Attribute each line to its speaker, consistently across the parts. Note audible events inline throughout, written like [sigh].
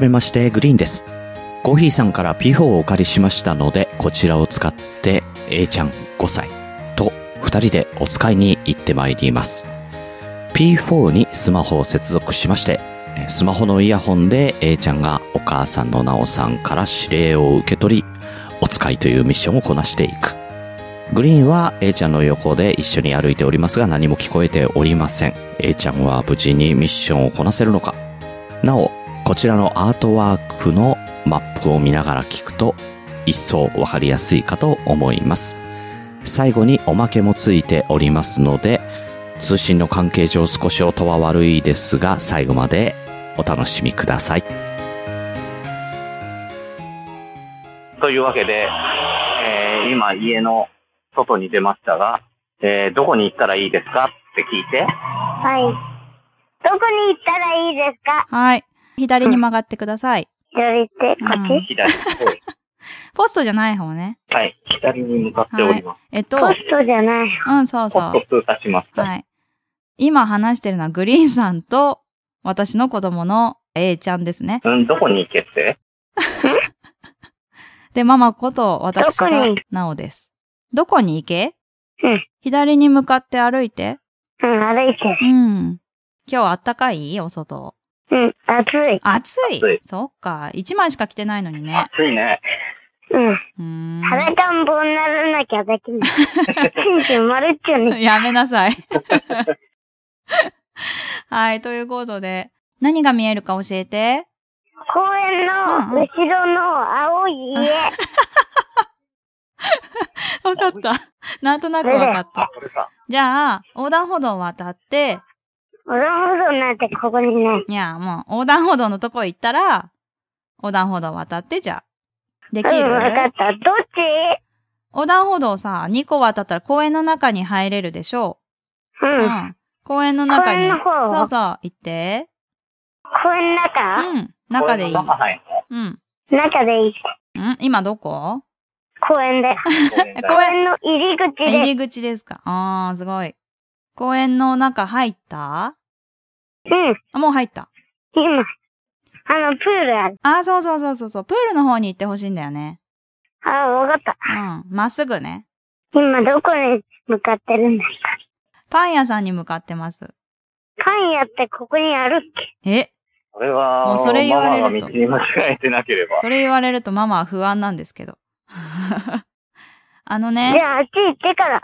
Speaker 1: めまして、グリーンです。コーヒーさんから P4 をお借りしましたので、こちらを使って、A ちゃん5歳と2人でお使いに行ってまいります。P4 にスマホを接続しまして、スマホのイヤホンで A ちゃんがお母さんのなおさんから指令を受け取り、お使いというミッションをこなしていく。グリーンは A ちゃんの横で一緒に歩いておりますが何も聞こえておりません。A ちゃんは無事にミッションをこなせるのか。なお、こちらのアートワークのマップを見ながら聞くと一層わかりやすいかと思います。最後におまけもついておりますので、通信の関係上少し音は悪いですが、最後までお楽しみください。
Speaker 2: というわけで、えー、今家の外に出ましたが、えー、どこに行ったらいいですかって聞いて。
Speaker 3: はい。どこに行ったらいいですか
Speaker 4: はい。左に曲がってください。
Speaker 3: 左って、こっち、うん、
Speaker 2: [laughs] 左。
Speaker 4: ポストじゃない方ね。
Speaker 2: はい。左に向かっております。はい、
Speaker 4: えっと。
Speaker 3: ポストじゃない。
Speaker 4: うん、そうそう。
Speaker 2: ポスト通過しました。
Speaker 4: はい。今話してるのはグリーンさんと、私の子供の A ちゃんですね。
Speaker 2: うん、どこに行けって
Speaker 4: で、ママこと私がなおです。どこに行け
Speaker 3: うん。
Speaker 4: 左に向かって歩いて。
Speaker 3: うん、歩いて。
Speaker 4: うん。今日あったかいお外。
Speaker 3: うん、暑い。
Speaker 4: 暑い暑いそっか。一枚しか着てないのにね。
Speaker 2: 暑いね。
Speaker 3: うん。うん腹田んぼにならなきゃできない。ちん丸っちょに。
Speaker 4: [laughs] やめなさい。はい、ということで、何が見えるか教えて。
Speaker 3: 公園の後ろの青い家。うんうん
Speaker 4: わかった。なんとなくわかった。じゃあ、横断歩道を渡って、
Speaker 3: 横断歩道なんてここにない。
Speaker 4: いや、もう横断歩道のとこ行ったら、横断歩道を渡って、じゃあ。できる
Speaker 3: わ、うん、かった。どっち
Speaker 4: 横断歩道さ、2個渡ったら公園の中に入れるでしょ
Speaker 3: う。うん。うん、
Speaker 4: 公園の中に。そうそう、行って。
Speaker 3: 公園の中
Speaker 4: うん。中でいい。。
Speaker 2: うん
Speaker 3: 中でいい。
Speaker 4: うん今どこ
Speaker 3: 公園で。公園の入り口 [laughs] で。
Speaker 4: 入り口ですか。ああ、すごい。公園の中入った。
Speaker 3: うん
Speaker 4: もう入った。
Speaker 3: 今。あの、プールある。
Speaker 4: あ、そうそうそうそうそう。プールの方に行ってほしいんだよね。
Speaker 3: ああ、わかった。
Speaker 4: うん。まっすぐね。
Speaker 3: 今どこに向かってるんですか
Speaker 4: パン屋さんに向かってます。
Speaker 3: パン屋ってここにあるっ
Speaker 4: けえ
Speaker 2: それは、
Speaker 4: もうそれ言われると。
Speaker 2: ママ間違えてなければ。
Speaker 4: それ言われるとママは不安なんですけど。 [laughs] あのね。
Speaker 3: じゃあ、あっち行ってから。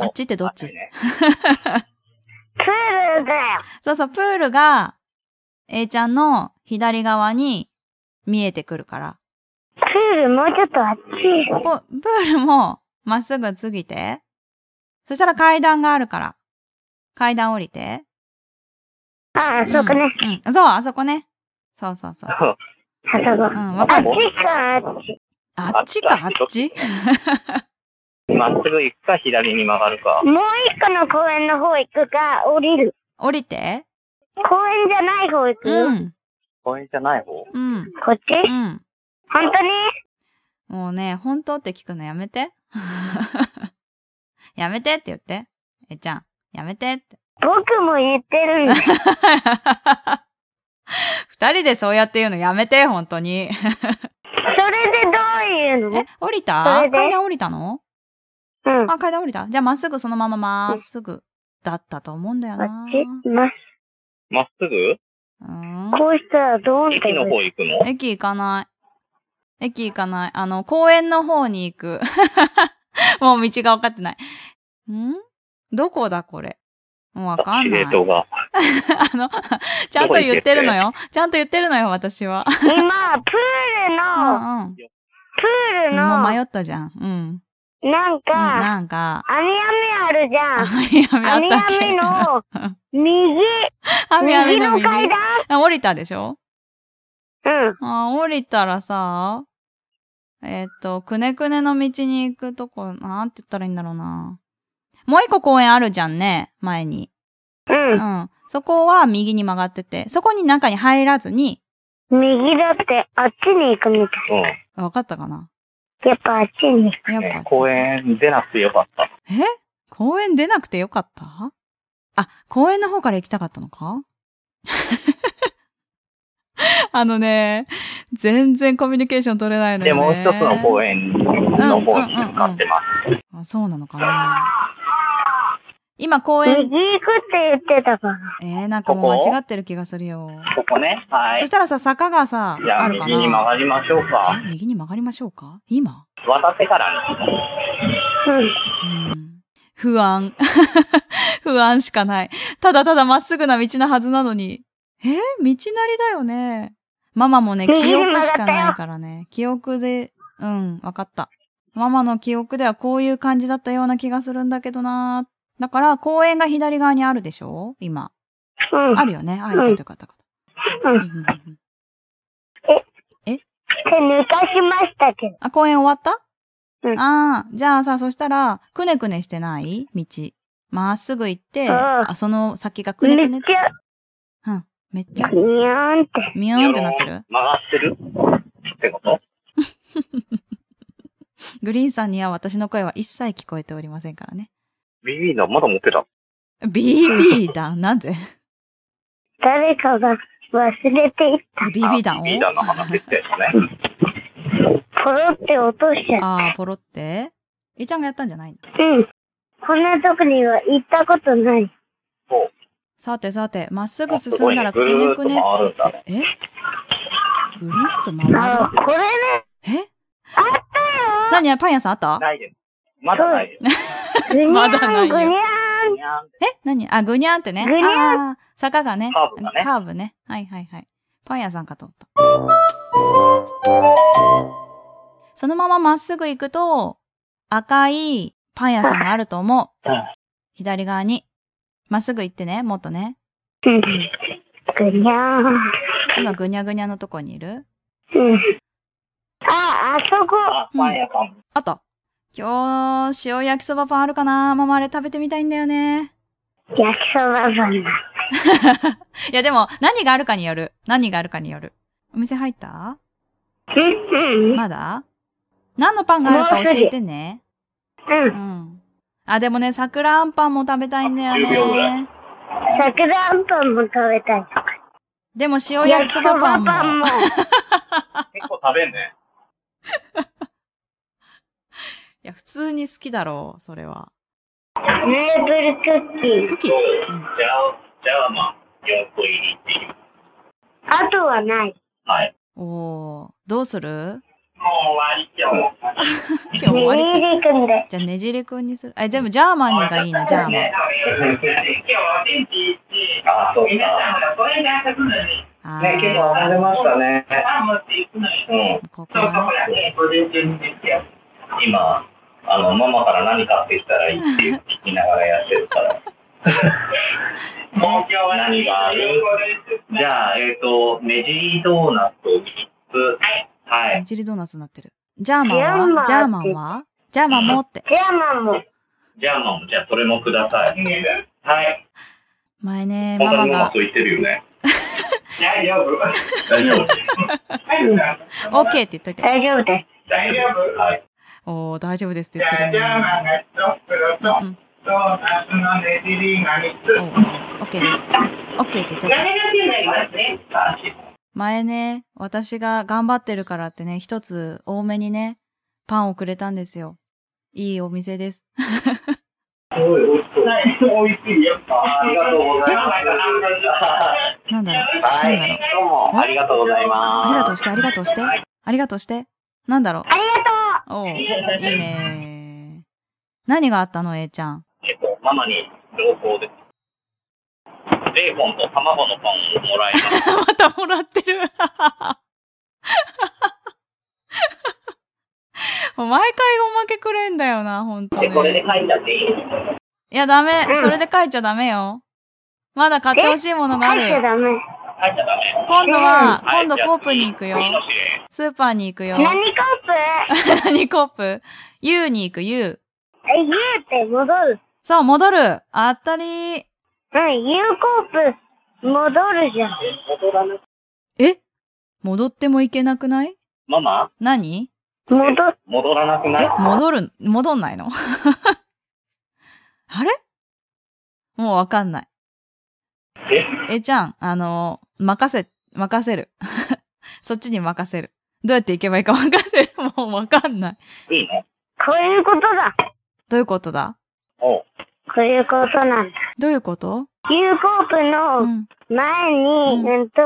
Speaker 4: あっちってどっち、ね、
Speaker 3: プールだよ。
Speaker 4: そうそう、プールが、A ちゃんの左側に見えてくるから。
Speaker 3: プールもうちょっとあっち。
Speaker 4: プールもまっすぐ過ぎて。そしたら階段があるから。階段降りて。
Speaker 3: ああ、そこね、
Speaker 4: うん。うん。そう、あそこね。そうそうそう。
Speaker 3: あそこ。うん、わかる。あっちか、あっち。
Speaker 4: あっちか、あっち
Speaker 2: まっすぐ行くか、左に曲がるか。
Speaker 3: もう一個の公園の方行くか、降りる。
Speaker 4: 降りて
Speaker 3: 公園じゃない方行く
Speaker 4: うん。
Speaker 2: 公園じゃない方
Speaker 4: うん。。
Speaker 3: こっちうん本当に
Speaker 4: もうね、本当って聞くのやめて。 [laughs] やめてって言って。えちゃん、やめてって。 [laughs]
Speaker 3: 僕も言ってるんだ。
Speaker 4: 二人でそうやって言うのやめて、本当に。
Speaker 3: それでどういうの
Speaker 4: え、降りた階段降りたの
Speaker 3: うん。
Speaker 4: あ、階段降りたじゃあまっすぐそのまままっすぐだったと思うんだよな。
Speaker 3: こっちまっ
Speaker 2: まっすぐ
Speaker 4: うん。
Speaker 3: こうしたらどう
Speaker 2: 駅の方行くの
Speaker 4: 駅行かない。駅行かない。あの、公園の方に行く。 [laughs] もう道が分かってない。んどこだこれ。もうわかんない。 [laughs]
Speaker 2: あ
Speaker 4: の、ちゃんと言ってるのよ。ちゃんと言ってるのよ、私は。
Speaker 3: 今、プールの、
Speaker 4: うんうん、
Speaker 3: プールの、。
Speaker 4: もう迷ったじゃん。うん
Speaker 3: なんか、
Speaker 4: うん、なんか、
Speaker 3: 網網あるじゃん。
Speaker 4: 網網あ
Speaker 3: ったっけ網網の、右、
Speaker 4: 網網の
Speaker 3: 右の階段
Speaker 4: 降りたでしょ
Speaker 3: うん。
Speaker 4: あ、降りたらさ、えっ、ー、と、くねくねの道に行くとこ、なんて言ったらいいんだろうな。もう一個公園あるじゃんね、前に。
Speaker 3: うん。
Speaker 4: うん。そこは右に曲がってて、そこに中に入らずに。
Speaker 3: 右だって、あっちに行くみた
Speaker 2: い。
Speaker 4: うん。わかったかな
Speaker 3: やっぱあっちに行
Speaker 4: く。やっぱ、えー、
Speaker 2: 公園出なくてよかった。
Speaker 4: え公園出なくてよかったあ、公園の方から行きたかったのか [laughs] あのね、全然コミュニケーション取れないの
Speaker 2: で、
Speaker 4: よね。
Speaker 2: もう一つの公園の方に向かってます。
Speaker 4: あ、そうなのかな。今公
Speaker 3: 右
Speaker 4: 園、
Speaker 3: 行くって言ってたから。
Speaker 4: えー、なんかもう
Speaker 2: ここ
Speaker 4: 間違ってる気がするよ。
Speaker 2: ここね。は
Speaker 4: そ
Speaker 2: い
Speaker 4: し。たらさ、坂がさ、
Speaker 2: じゃ
Speaker 4: あ
Speaker 2: あ、
Speaker 4: るか
Speaker 2: 右に曲
Speaker 4: な。
Speaker 2: がりましょうか。
Speaker 4: え、右に曲がりましょうか今
Speaker 2: 渡ってからね。
Speaker 3: うん。
Speaker 4: うん不安。 [laughs] 不安しかない。ただただまっすぐな道なはずなのに。えー道なりだよね。ママもね、
Speaker 3: 右に
Speaker 4: 記憶
Speaker 3: 曲がっ
Speaker 4: した
Speaker 3: よ
Speaker 4: かないからね。記憶で、うん、わかった。ママの記憶ではこういう感じだったような気がするんだけどなだから、公園が左側にあるでしょ今。
Speaker 3: うん。
Speaker 4: あるよね。あ、よかったよかったよかった。
Speaker 3: うん
Speaker 4: うんうんうん
Speaker 3: 手抜かしましたけど。
Speaker 4: あ、公園終わった
Speaker 3: うん
Speaker 4: ああ、じゃあさ、そしたら、くねくねしてない道。まっすぐ行って、
Speaker 3: うん
Speaker 4: あ、その先がくね
Speaker 3: め
Speaker 4: く
Speaker 3: っ
Speaker 4: ね。
Speaker 3: ちゃ、
Speaker 4: うん。めっちゃ、
Speaker 3: にゃーんって。
Speaker 4: みューンってなってる
Speaker 2: 曲がってるってこと
Speaker 4: グリーンさんには私の声は一切聞こえておりませんからね。
Speaker 2: ?BB のまだ持ってた。
Speaker 4: BB だ。なんで
Speaker 3: 誰かが忘れていっ
Speaker 4: ?BB 弾を
Speaker 2: BB 弾の話してたね。
Speaker 3: ポロって落としちゃっ
Speaker 4: ああ、ポロって。えちゃんがやったんじゃないんだ。
Speaker 3: た。うん。こんなとこには行ったことない。
Speaker 2: そう。
Speaker 4: さてさて、まっす
Speaker 2: あ
Speaker 4: ぐ
Speaker 2: すご
Speaker 4: 進ん
Speaker 2: い
Speaker 4: だ
Speaker 2: ね
Speaker 4: ら。く
Speaker 2: ぐるー
Speaker 4: ね
Speaker 2: っ
Speaker 4: く
Speaker 2: と
Speaker 4: ね
Speaker 2: 回るんだ
Speaker 4: っ。て。えぐるっと回
Speaker 3: あ、これ
Speaker 4: る。えなにパン屋さんあった
Speaker 2: ないです。まだないです。
Speaker 3: ね、ぐにゃ
Speaker 4: [laughs] まだな
Speaker 3: ー
Speaker 4: い
Speaker 3: ん、
Speaker 4: よ
Speaker 3: ぐにゃ
Speaker 2: にゃーんって
Speaker 4: え何あ、ぐにゃんってね。
Speaker 3: ぐにゃ
Speaker 4: ああー、坂がね。
Speaker 2: カーブがね
Speaker 4: カーブね。はいはいはい。パン屋さんかと思った。そのまままっすぐ行くと、赤いパン屋さんがあると思う
Speaker 2: うん。
Speaker 4: 左側に。まっすぐ行ってね、もっとね。
Speaker 3: ーん。うんぐにゃーん。
Speaker 4: 今、ぐにゃぐにゃのとこにいる
Speaker 3: うん。あ、あそこ。
Speaker 2: あ、パン屋さん。
Speaker 4: あった。今日、塩焼きそばパンあるかなママあれ食べてみたいんだよね。
Speaker 3: 焼きそばパンだ。
Speaker 4: いや、でも、何があるかによる。何があるかによる。お店入った
Speaker 3: うん、うん。
Speaker 4: まだ何のパンがあるか教えてね。
Speaker 3: う。
Speaker 4: うんん。あ、でもね、桜あんパンも食べたいんだよ
Speaker 2: 10秒ぐら
Speaker 4: ね。
Speaker 3: 桜あんパンも食べたい。
Speaker 4: でも塩焼きそばパ
Speaker 3: 焼きそば
Speaker 4: ン
Speaker 3: パンも。
Speaker 4: も。
Speaker 2: 結構食べんね。
Speaker 4: いや、普通に好きだろう、それは。
Speaker 3: メープルクッキー。
Speaker 4: クッキー。
Speaker 2: そう
Speaker 4: うん
Speaker 2: じゃあ、じゃあまあ、4個入りっていう。
Speaker 3: あとはない。
Speaker 2: はい。
Speaker 4: おー、どうする
Speaker 2: もう終わり今日。
Speaker 4: 今日
Speaker 3: ね
Speaker 4: 終わりか。
Speaker 3: えりくんで。
Speaker 4: じゃあ、ねじりくんにする。え、でも、ジャーマンがいいな、ジャーマン。
Speaker 2: あ、そうか。
Speaker 4: あ
Speaker 2: ね、結構離れましたね。うん。
Speaker 4: ー、ここはね。
Speaker 2: 今、あの、ママから何買ってきたらいいっていう聞きながらやってるから。
Speaker 4: えー
Speaker 2: 何があるじゃあ、えっ、と、ねじりドーナツを3つ。は
Speaker 4: ね
Speaker 2: い。
Speaker 4: じりドーナツになってる。ジャーマンは
Speaker 3: ジ
Speaker 4: ジャ
Speaker 3: ャ
Speaker 4: ー
Speaker 3: ー
Speaker 4: マ
Speaker 3: マン
Speaker 4: ンはジャーマンもって。
Speaker 3: ジャーマンも。
Speaker 2: じゃあ、ママ、じゃあ、それもください。はい。
Speaker 4: 前ね、
Speaker 2: 本
Speaker 4: マ
Speaker 2: 当
Speaker 4: マ
Speaker 2: にママ
Speaker 4: が
Speaker 2: と言ってるよね。大丈夫。大丈夫。
Speaker 4: オッケーって言っといて。
Speaker 3: 大丈夫で
Speaker 2: 大丈夫。はい。
Speaker 4: おー、大丈夫ですって言ってるね。うんうんおうオッケーです。オッケーって言っといて。前ね、私が頑張ってるからってね、一つ多めにね、パンをくれたんですよ。いいお店です。
Speaker 2: すごい美味しそう。美味しいよ。ありがとうございます。
Speaker 4: なんだろう、
Speaker 2: は
Speaker 4: なんだろう
Speaker 2: い。。どうもありがとうございます。
Speaker 4: ありがとうして、ありがとうして、ありがとうして。なんだろう。
Speaker 3: ありがとう
Speaker 4: おう、いいね何があったの、A ちゃん。
Speaker 2: えっとママに朗報です。ベーコンと卵のパンをもらいました。
Speaker 4: またもらってる。 [laughs] もう毎回おまけくれんだよな、ほんとね。
Speaker 2: これで書いちゃっていい？
Speaker 4: いや、ダメ
Speaker 3: う。ん
Speaker 4: それで書いちゃダメよ。まだ買ってほしいものがあ
Speaker 3: 入っちゃ
Speaker 4: る。
Speaker 3: ダメ。
Speaker 2: 書いちゃダメ。
Speaker 4: 今度は、
Speaker 2: はい
Speaker 4: 今度コープに行くよ。
Speaker 2: 次の指令
Speaker 4: スーパーに行くよ
Speaker 3: 何。カップ [laughs]
Speaker 4: 何コープ ?U に行く U。
Speaker 3: え、言うって戻る。
Speaker 4: そう、戻る。あったり。
Speaker 3: うん、言うコープ戻るじゃん。
Speaker 2: 元だね。
Speaker 4: え戻っても行けなくない
Speaker 2: ママ
Speaker 4: 何
Speaker 3: 戻っ、
Speaker 2: 戻らなくな
Speaker 4: え
Speaker 2: い？、
Speaker 4: 戻る、戻んないの [laughs] あれもうわかんない。えちゃん、あの、任せ、任せる。 [laughs] そっちに任せる。どうやって行けばいいか [laughs] 任せる。もうわかんない。
Speaker 2: いいね。
Speaker 3: こういうことだ。
Speaker 4: どういうことだ
Speaker 2: おう。
Speaker 3: こういうことなんだ。
Speaker 4: どういうこと
Speaker 3: 有効部
Speaker 4: う
Speaker 3: の
Speaker 4: ん。
Speaker 3: 前に、
Speaker 4: う
Speaker 3: うんと、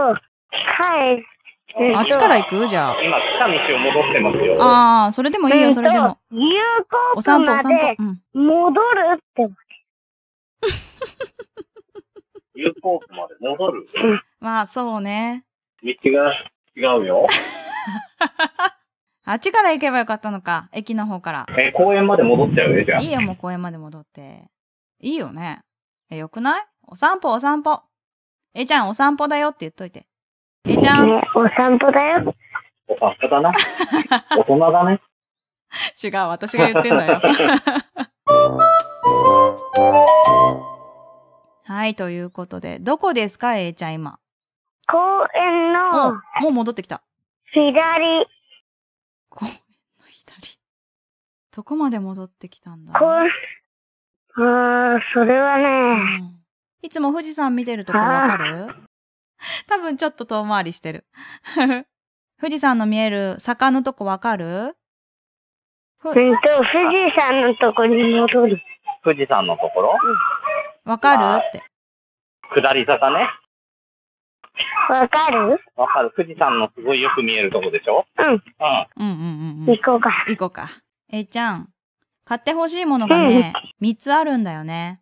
Speaker 3: 帰る。
Speaker 4: あっちから行くじゃあ。
Speaker 2: 今、来た道を戻ってますよ。
Speaker 4: ああ、それでもいいよ、それでも。。
Speaker 3: 有効
Speaker 4: お
Speaker 3: 部
Speaker 4: 散歩、お
Speaker 3: ま
Speaker 4: 散歩
Speaker 3: で。
Speaker 4: うん。
Speaker 3: 戻るって。
Speaker 2: 有効区まで戻る。
Speaker 4: まあ、そうね。
Speaker 2: 道が違うよ。
Speaker 4: あっちから行けばよかったのか。駅の方から。
Speaker 2: え、公園まで戻っちゃうよ、じゃあ
Speaker 4: い。いよ、もう公園まで戻って。いいよね。え、よくないお散歩、お散歩。えちゃん、お散歩だよって言っといて。えちゃん、違う。
Speaker 3: ね、お散歩だよ。
Speaker 2: お散歩だな。大人だね。
Speaker 4: 私が言ってんだよ。はい、ということで。どこですか、えちゃん、今。
Speaker 3: 公園
Speaker 4: お
Speaker 3: の
Speaker 4: もう戻ってきた。
Speaker 3: 左、
Speaker 4: 公園の左。どこまで戻ってきたんだ
Speaker 3: 公園、あー、それはね、
Speaker 4: いつも富士山見てるとこわかる多分ちょっと遠回りしてる。 [laughs] 富士山の見える坂のとこわかる
Speaker 3: うんと、富士山のとこに戻る。
Speaker 2: 富士山のところ
Speaker 4: わかるって。
Speaker 2: 下り坂ね。
Speaker 3: わかる
Speaker 2: わかる。富士山のすごいよく見えるとこでしょ
Speaker 3: う
Speaker 2: う
Speaker 3: ん
Speaker 2: ん。
Speaker 4: うんうんうんうん
Speaker 3: 行。こうか。
Speaker 4: 行こうか。えいちゃん、買ってほしいものがね、3つあるんだよね。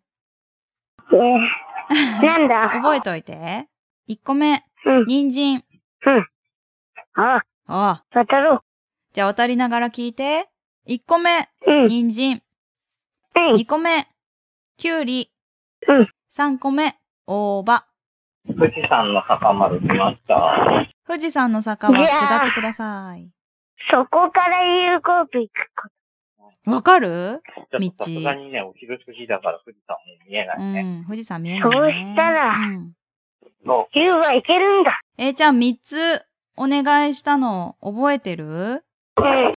Speaker 4: [laughs]
Speaker 3: えー、なんだ
Speaker 4: 覚えといて。1個目、
Speaker 3: うん。
Speaker 4: 人参。
Speaker 3: あ、
Speaker 4: おう
Speaker 3: 渡ろ
Speaker 4: じゃあ渡りながら聞いて。1個目、
Speaker 3: う。うん。
Speaker 4: 人参。
Speaker 3: うん。
Speaker 4: 2個目、きゅうり。
Speaker 3: うん
Speaker 4: 3個目、大葉。
Speaker 2: 富士山の坂まで来ました。
Speaker 4: 富士山の坂はい
Speaker 3: やー
Speaker 4: 下ってください。
Speaker 3: そこから有効部行くこ
Speaker 4: わかる
Speaker 2: ちょっと
Speaker 4: 道
Speaker 2: さすがにね、お昼過ぎだから富士山もう見えないうね。
Speaker 4: ん、富士山見えない、ね。
Speaker 3: そうしたら
Speaker 4: うん。
Speaker 2: そ
Speaker 3: と。U は行けるんだ。
Speaker 4: えーちゃん3つお願いしたの覚えてる
Speaker 3: うん。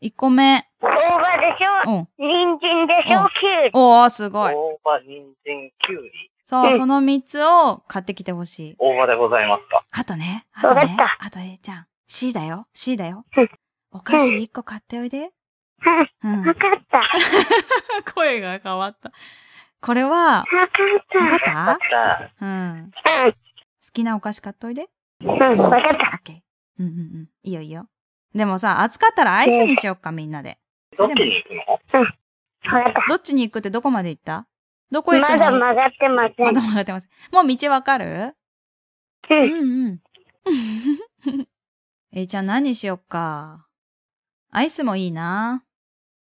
Speaker 4: ?1 個目。
Speaker 3: 大葉でしょ
Speaker 4: うん。
Speaker 3: 人参でし
Speaker 4: う
Speaker 3: ょ
Speaker 4: ん
Speaker 3: きゅうり。
Speaker 4: おー、す
Speaker 2: う。
Speaker 4: ごい。
Speaker 2: 大葉、人参、きゅうり。
Speaker 4: そうう、
Speaker 3: ん
Speaker 4: その3つを買ってきてほしい。
Speaker 2: 大葉でございますか。
Speaker 4: あとね、あと
Speaker 3: わか
Speaker 4: ね
Speaker 3: っ、た
Speaker 4: あとえーちゃん。C だよ、C だよ
Speaker 3: うん。
Speaker 4: お菓子1個買っておいで。うん
Speaker 3: わ。かった。わか
Speaker 4: [laughs] 声が変わった。これは、わかっ
Speaker 3: った
Speaker 4: た
Speaker 2: だ
Speaker 4: うん。好
Speaker 3: た。
Speaker 4: きなお菓子買っといで。
Speaker 3: うん。うん。わかった。
Speaker 4: オッケー。うんうんうん。いいよいいよ。でもさ、暑かったらアイスにしよっか、みんなで。
Speaker 2: どっちに行くの
Speaker 3: わかった。
Speaker 4: どっちに行くってどこまで行ったどこ行った
Speaker 3: ま
Speaker 4: の
Speaker 3: だ曲がってませ
Speaker 4: ま
Speaker 3: ん。
Speaker 4: だ曲がってます。もう道わかる
Speaker 3: う。
Speaker 4: うんん [laughs] うん。えいちゃん何しよっか。アイスもいいな。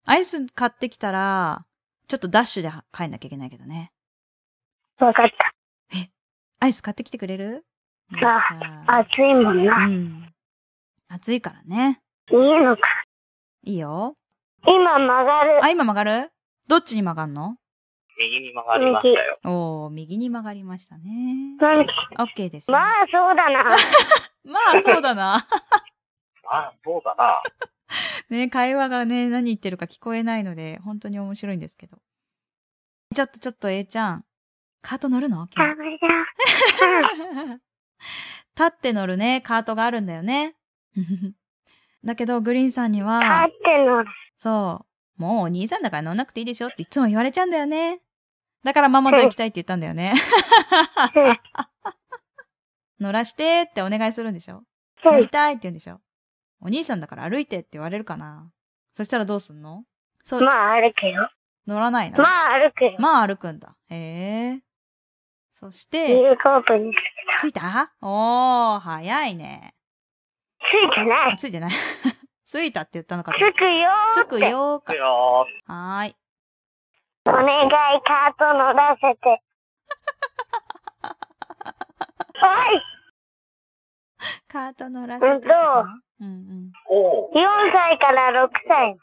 Speaker 4: アイス買ってきたら、ちょっとダッシュで帰んなきゃいけないけどね。
Speaker 3: わかった。
Speaker 4: アイス買ってきてくれる
Speaker 3: あ
Speaker 4: あ
Speaker 3: 暑いもんな。
Speaker 4: うん。暑いからね。
Speaker 3: いいのか。
Speaker 4: いいよ。
Speaker 3: 今曲がる。
Speaker 4: あ、今曲がるどっちに曲がんの
Speaker 2: 右に曲がりましたよ。
Speaker 4: おー、右に曲がりましたね。
Speaker 3: なん
Speaker 4: オッケーです、ね。
Speaker 3: まあ、そうだな。
Speaker 4: まあ、そうだな。 [laughs]
Speaker 2: あ、そうだな。
Speaker 4: ね、会話がね、何言ってるか聞こえないので、本当に面白いんですけど。ちょっとちょっと、A ちゃん。カート乗るの今
Speaker 3: ダ
Speaker 4: 日。
Speaker 3: メだ。
Speaker 4: [laughs] 立って乗るね、カートがあるんだよね。 [laughs] だけど、グリーンさんに
Speaker 3: あっ
Speaker 4: は、
Speaker 3: ての。
Speaker 4: そう、もうお兄さんだから乗んなくていいでしょっていつも言われちゃうんだよね。だからママと行きたいって言ったんだよね。 [laughs] 乗らしてってお願いするんでしょ
Speaker 3: う
Speaker 4: 乗
Speaker 3: ん
Speaker 4: りたいって言うんでしょお兄さんだから歩いてって言われるかなそしたらどうすんのそう、
Speaker 3: まあ、歩くよ。
Speaker 4: 乗らないな。
Speaker 3: まあ、歩くよ。
Speaker 4: まあ歩くんだ。へえ。そして、
Speaker 3: 有効部に。
Speaker 4: 着いたおー、早いね。
Speaker 3: ついてな
Speaker 4: あ、
Speaker 3: い。
Speaker 4: 着いてない。 [laughs] 着いたって言ったのか
Speaker 3: つ
Speaker 4: と思っ
Speaker 3: くよー
Speaker 4: た。
Speaker 3: っ
Speaker 4: 着く
Speaker 3: て。
Speaker 4: よー
Speaker 2: 行
Speaker 4: か
Speaker 2: く。よ
Speaker 4: はーい。
Speaker 3: お願い、カート乗らせ
Speaker 4: [laughs]
Speaker 3: て。お
Speaker 4: カート乗らせてってことな。うんう
Speaker 2: ー。
Speaker 4: ん。
Speaker 2: おう。
Speaker 3: い !4 歳から6歳。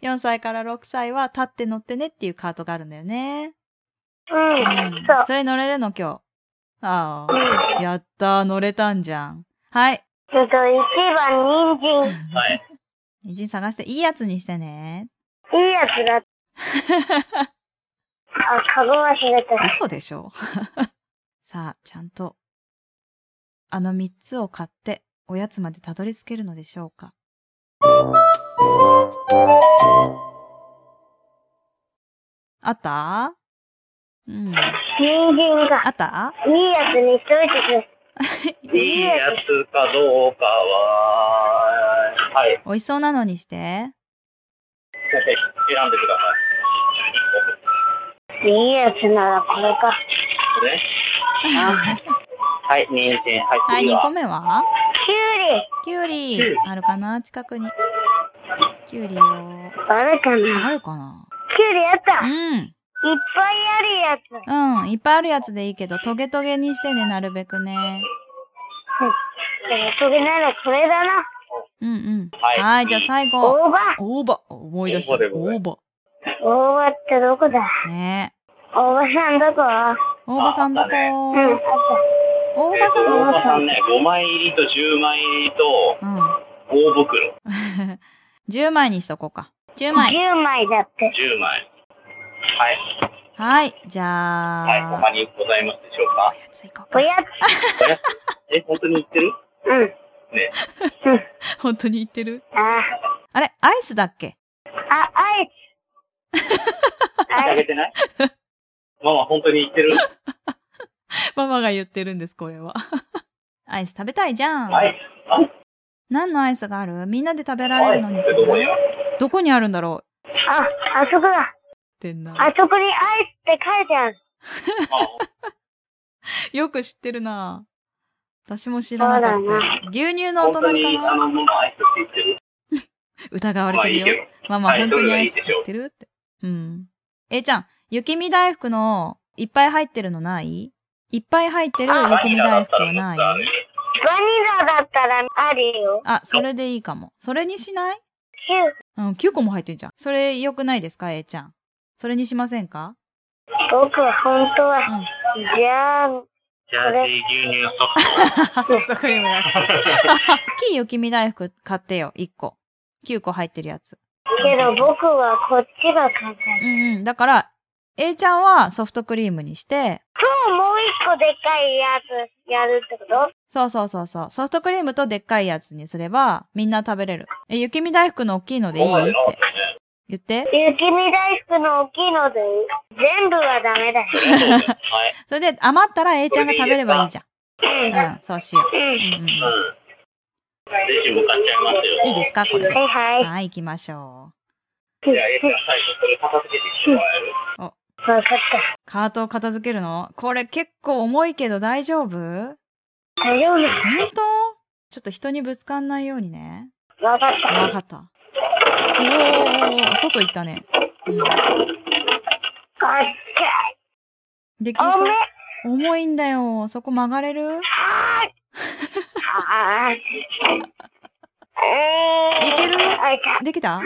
Speaker 4: 4歳から6歳は立って乗ってねっていうカートがあるんだよね。
Speaker 3: う。
Speaker 4: うん
Speaker 3: そう。
Speaker 4: それ乗れるの今日。ああ。やったー、乗れたんじゃん。はい。
Speaker 3: うんと、1番、人参。
Speaker 2: はい。
Speaker 4: 人参探して、いいやつにしてね。
Speaker 3: いいやつだ。あ、カゴ忘れた。
Speaker 4: [laughs] 嘘でしょさあ、ちゃんと。あの三つを買って、おやつまでたどり着けるのでしょうか。あったうん。
Speaker 3: 人参が
Speaker 4: あ。った [laughs]
Speaker 3: いいやつにしといて
Speaker 2: いいやつかどうかは、はい。
Speaker 4: 美味しそうなのにして。
Speaker 2: 先生、選んでくださ
Speaker 3: ください。いいやつならこれか。
Speaker 2: い。ね。はい、人参、は、
Speaker 4: はいい、
Speaker 2: 次
Speaker 4: 2個
Speaker 2: は。
Speaker 4: 目は
Speaker 3: きゅうり、
Speaker 4: きゅうり
Speaker 2: きゅうり。
Speaker 4: あるかな近くに。きゅうりを。
Speaker 3: あるかなきゅうり
Speaker 4: あるかな
Speaker 3: あった
Speaker 4: う
Speaker 3: いっ
Speaker 4: ん。
Speaker 3: ぱいあるやつ。
Speaker 4: うん。いっぱいあるやつでいいけど、トゲトゲにしてね、なるべくね。
Speaker 3: えー、それならこれだな。
Speaker 4: うんうん。
Speaker 2: はい
Speaker 4: はい、じゃあ最後。
Speaker 3: 大葉。
Speaker 4: 大葉。思い出した。
Speaker 2: 大葉でござい
Speaker 4: 大葉。
Speaker 3: 大葉ってどこだ
Speaker 4: ね
Speaker 3: 大葉さんどこ
Speaker 4: え。大葉さんどこ
Speaker 3: うん、あっ
Speaker 4: 大葉さん
Speaker 2: 大
Speaker 4: ど
Speaker 2: 葉
Speaker 4: こ
Speaker 2: さんね、5枚入りと10枚入りと
Speaker 4: うん。
Speaker 2: 大袋、
Speaker 4: 10枚にしとこうか。10
Speaker 3: た。
Speaker 4: 枚。
Speaker 3: 10枚だって。
Speaker 2: 10枚。はい、
Speaker 4: はい。じ
Speaker 2: はい、
Speaker 4: ゃあ、
Speaker 2: 他にございますでしょう
Speaker 4: [laughs]
Speaker 2: か
Speaker 4: お。やついこう
Speaker 3: お
Speaker 4: か。
Speaker 3: や
Speaker 2: え、本当に言ってる
Speaker 3: つ。うん。
Speaker 4: 本当に言ってる
Speaker 3: あ
Speaker 4: あれアイスだっけ
Speaker 3: ー、あ、アイス。
Speaker 2: あ
Speaker 3: ア
Speaker 2: げ
Speaker 3: イ
Speaker 2: てないママ、本当に言ってる
Speaker 4: ママが言ってるんです、これは。 [laughs] アイス食べたいじゃん。
Speaker 2: はい。
Speaker 4: 何のアイスがあるみんなで食べら
Speaker 2: は
Speaker 4: れ
Speaker 2: い
Speaker 4: るのに、
Speaker 2: え
Speaker 4: す
Speaker 2: どこ
Speaker 4: ご
Speaker 2: に
Speaker 4: い。どこにあるんだろう
Speaker 3: ス。あ、あそこだ。
Speaker 4: ってんな。
Speaker 3: あそこにアイスって書いてある。
Speaker 4: よく知ってるな。私も知らなかっ
Speaker 3: そうだ
Speaker 4: た。牛乳のお
Speaker 2: 本当
Speaker 4: 隣
Speaker 2: に、あ
Speaker 4: か
Speaker 2: の、
Speaker 4: な
Speaker 2: ママ、アイスって言ってる
Speaker 4: 疑われ
Speaker 2: まあ
Speaker 4: て
Speaker 2: い
Speaker 4: る
Speaker 2: い
Speaker 4: よ。
Speaker 2: け
Speaker 4: まあまあ、
Speaker 2: はい
Speaker 4: 本当
Speaker 2: どれ
Speaker 4: に
Speaker 2: が
Speaker 4: ア
Speaker 2: い
Speaker 4: イ
Speaker 2: い
Speaker 4: ス
Speaker 2: で
Speaker 4: っ
Speaker 2: し
Speaker 4: て
Speaker 2: ょう
Speaker 4: 言ってるって。うん。えーちゃん、雪見大福のいっぱい入ってるのないいっぱい入ってる
Speaker 2: ど。バ
Speaker 4: 雪
Speaker 2: ニ
Speaker 4: 見
Speaker 2: ラだ
Speaker 4: 大
Speaker 2: っ
Speaker 4: 福
Speaker 2: たら
Speaker 4: は
Speaker 2: もっ
Speaker 4: な
Speaker 2: とある
Speaker 4: い
Speaker 2: よ。
Speaker 3: バニラだったらあるよ。
Speaker 4: あ、それでいいかも。それにしない
Speaker 3: 9
Speaker 4: うん、9個も入ってんじゃん。それ良くないですか、えーちゃん。それにしませんか
Speaker 3: 僕は本当は。
Speaker 4: うん
Speaker 3: じゃあ、
Speaker 2: ジャージー牛乳ソフト。[laughs]
Speaker 4: [laughs] ソフトクリームだ。大きい雪見大福買ってよ、1個。9個入ってるやつ。
Speaker 3: けど僕はこっちが簡単。
Speaker 4: うんうん。だから、A ちゃんはソフトクリームにして、
Speaker 3: 今日もう一個でっかいやつやるってこと
Speaker 4: そうそうそうそう。ソフトクリームとでっかいやつにすれば、みんな食べれる。え、雪見大福の大きいのでいいって言って。
Speaker 3: 雪見大福の大きいので全部はダメだよ。
Speaker 2: はい。
Speaker 4: それで余ったら A ちゃんが食べればいいじゃん。
Speaker 3: うん。うん。
Speaker 4: うん、そうしよう。うんうん。
Speaker 2: う
Speaker 4: い
Speaker 2: ん。ぜひ向かっちゃいますよ。
Speaker 4: いですかこれで。
Speaker 3: はいはい。
Speaker 4: はい、行きましょ
Speaker 2: じゃあ、エイちゃん、最後、それ片付けてきてもらえる
Speaker 3: わかった。
Speaker 4: う。カートを片付けるのこれ結構重いけど大丈夫本
Speaker 3: 大丈夫
Speaker 4: 当ちょっと人にぶつかんないようにね。
Speaker 3: わかっ
Speaker 4: わ
Speaker 3: た。
Speaker 4: かった。おー、外行ったね。うん、
Speaker 3: あっ
Speaker 4: でき
Speaker 3: ちゃ。
Speaker 4: そ
Speaker 3: お
Speaker 4: う
Speaker 3: め。
Speaker 4: 重いんだよ。そこ曲がれる
Speaker 3: はーい。はー
Speaker 4: [laughs]
Speaker 3: い。えー
Speaker 4: いける
Speaker 3: あいた。
Speaker 4: できた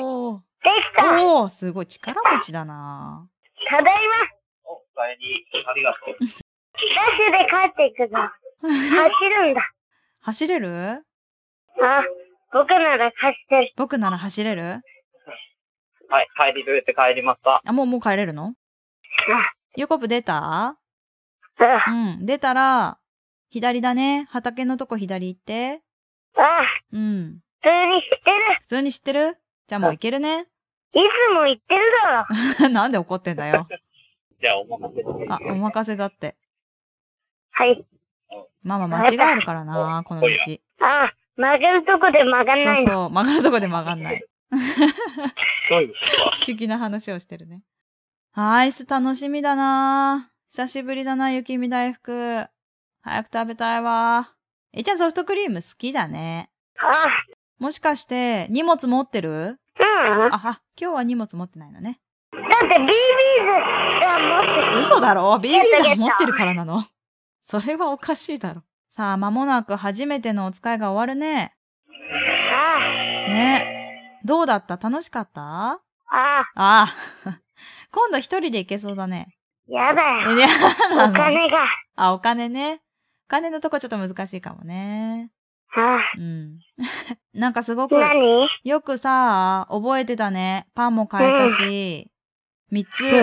Speaker 4: おー。
Speaker 3: できた。
Speaker 4: おー、すごい。力持ちだな。
Speaker 3: ただい
Speaker 2: お帰り、ありがとう。
Speaker 3: ま、ダッシュで帰っていくぞ。走るんだ。
Speaker 4: 走れる
Speaker 3: あ、僕なら走ってる。
Speaker 4: 僕なら走れる
Speaker 2: はい、帰り、どうやって帰りますか
Speaker 4: あ、もう、もう帰れるのユコプ出た
Speaker 3: うん。
Speaker 4: うん。出たら、左だね。畑のとこ左行って。
Speaker 3: あ、
Speaker 4: うん。
Speaker 3: 普通に知ってる。
Speaker 4: 普通に知ってるじゃあもう行けるね。 [laughs]
Speaker 3: いつも言ってるだろ。
Speaker 4: なんで怒ってんだよ。
Speaker 2: じゃあ、お任せして。
Speaker 4: あ、お任せだって。
Speaker 3: はい。
Speaker 4: ママ間違えるからな、この道。
Speaker 3: あ、曲がるとこで曲がん
Speaker 4: そう
Speaker 3: ないの。
Speaker 4: そう、曲がるとこで曲がんない。
Speaker 2: そういうことは。
Speaker 4: 不思議な話をしてるね。アイス楽しみだな久しぶりだな、雪見大福。早く食べたいわ。え、じゃあソフトクリーム好きだね。
Speaker 3: あ、
Speaker 4: もしかして、荷物持ってる
Speaker 3: うん。
Speaker 4: あは、今日は荷物持ってないのね。
Speaker 3: だって BB's が持って
Speaker 4: 嘘だろ ?BB
Speaker 3: ゲットゲッ
Speaker 4: 弾
Speaker 3: ト
Speaker 4: 持ってるからなの。それはおかしいだろ。さあ、間もなく初めてのお使いが終わるね。
Speaker 3: あ
Speaker 4: ねどうだった楽しかった
Speaker 3: あ、
Speaker 4: ああ。 [laughs] 今度一人で行けそうだね。
Speaker 3: やだ
Speaker 4: え
Speaker 3: よ。
Speaker 4: いや
Speaker 3: お
Speaker 4: なの
Speaker 3: 金が。
Speaker 4: あ、お金ね。お金のとこちょっと難しいかもね。
Speaker 3: あ
Speaker 4: うん。 [laughs] なんかすごく、
Speaker 3: 何
Speaker 4: よくさ、覚えてたね。パンも買えたし、三つ
Speaker 3: う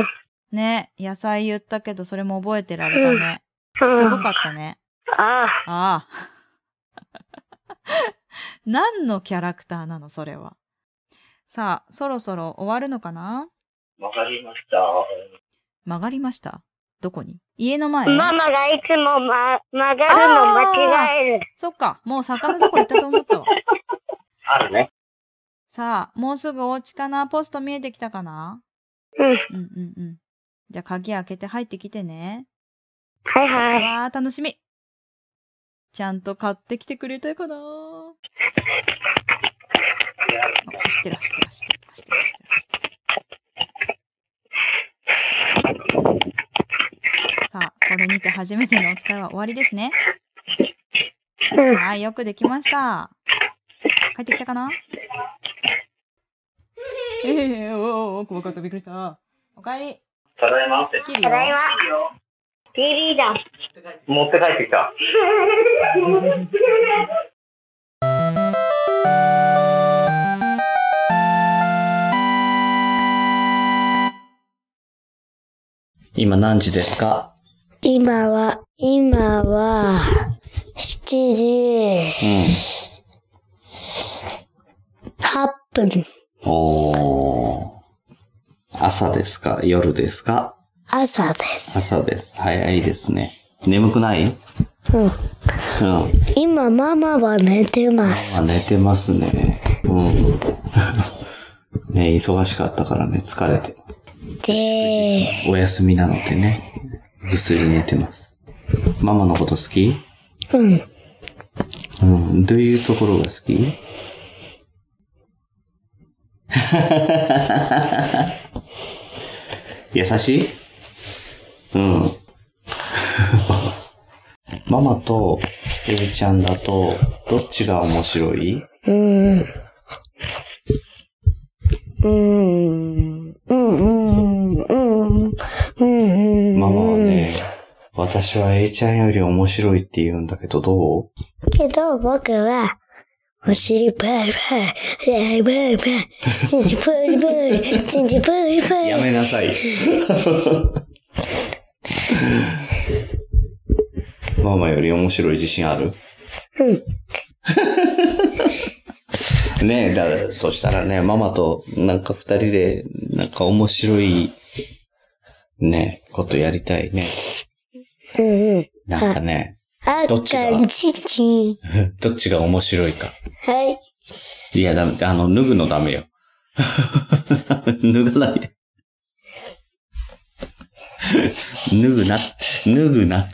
Speaker 3: ん、
Speaker 4: ね、野菜言ったけど、それも覚えてられたね。すごかったね。
Speaker 3: ああ、
Speaker 4: あ [laughs] あ。何のキャラクターなの、それは。さあ、そろそろ終わるのかな
Speaker 5: わかりました。
Speaker 4: 曲がりましたどこに家の前
Speaker 3: ママがいつも、ま、曲がるの間違える。
Speaker 4: そっか、もう坂のとこ行ったと思ったわ。
Speaker 5: あるね。
Speaker 4: さあ、もうすぐお家かなポスト見えてきたかな
Speaker 3: うん。
Speaker 4: うんうんうん。じゃあ鍵開けて入ってきてね。
Speaker 3: はいはい。
Speaker 4: わー、楽しみ。ちゃんと買ってきてくれたかなあ走ってる走ってる走ってる走ってる走ってる走ってる。さあ、これにて初めてのお使いは終わりですね。
Speaker 3: うん。
Speaker 4: はい、よくできました。帰ってきたかなええおーおー、怖かった、びっくりした。おかえり、
Speaker 5: ただいまって。
Speaker 4: キリ
Speaker 3: た
Speaker 4: よ。
Speaker 3: だいま。ビリだ。
Speaker 5: 持って帰ってきた。
Speaker 2: 今何時ですか
Speaker 3: 今は、今は、7時
Speaker 2: うん。
Speaker 3: 8分。
Speaker 2: おー。朝ですか夜ですか
Speaker 3: 朝です。
Speaker 2: 朝です。早いですね。眠くない
Speaker 3: うん。
Speaker 2: うん。
Speaker 3: 今、ママは寝てます。
Speaker 2: あ寝てますね。うん。 [laughs] ね忙しかったからね、疲れて。
Speaker 3: で、
Speaker 2: お休みなのでね、ぐっすり寝てます。ママのこと好き
Speaker 3: うん。
Speaker 2: うん。どういうところが好き [laughs] 優しいうん。 [laughs] ママと A ちゃんだと、どっちが面白いう
Speaker 3: ーん。うーん。うんうん。うん。うん。
Speaker 2: ママは。ね、私は A ちゃんより面白いって言うんだけど、どう
Speaker 3: けど僕は、お尻パーパー、ライバーパー、チンチプリプリ、チンチプリプリ。
Speaker 2: やめなさ [laughs] い。ママより面白い自信ある
Speaker 3: 嗯
Speaker 2: うん。ねえ、だから、そしたらね、ママとなんか二人で、なんか面白い、ね、ことやりたいね。
Speaker 3: うんうん。
Speaker 2: なんかね、
Speaker 3: あ
Speaker 2: どっちが
Speaker 3: かんちんちん。
Speaker 2: どっちが面白いか。
Speaker 3: はい。
Speaker 2: いや、ダメ、あの、脱ぐのダメよ。 [laughs] 脱がないで。脱ぐな、脱ぐな。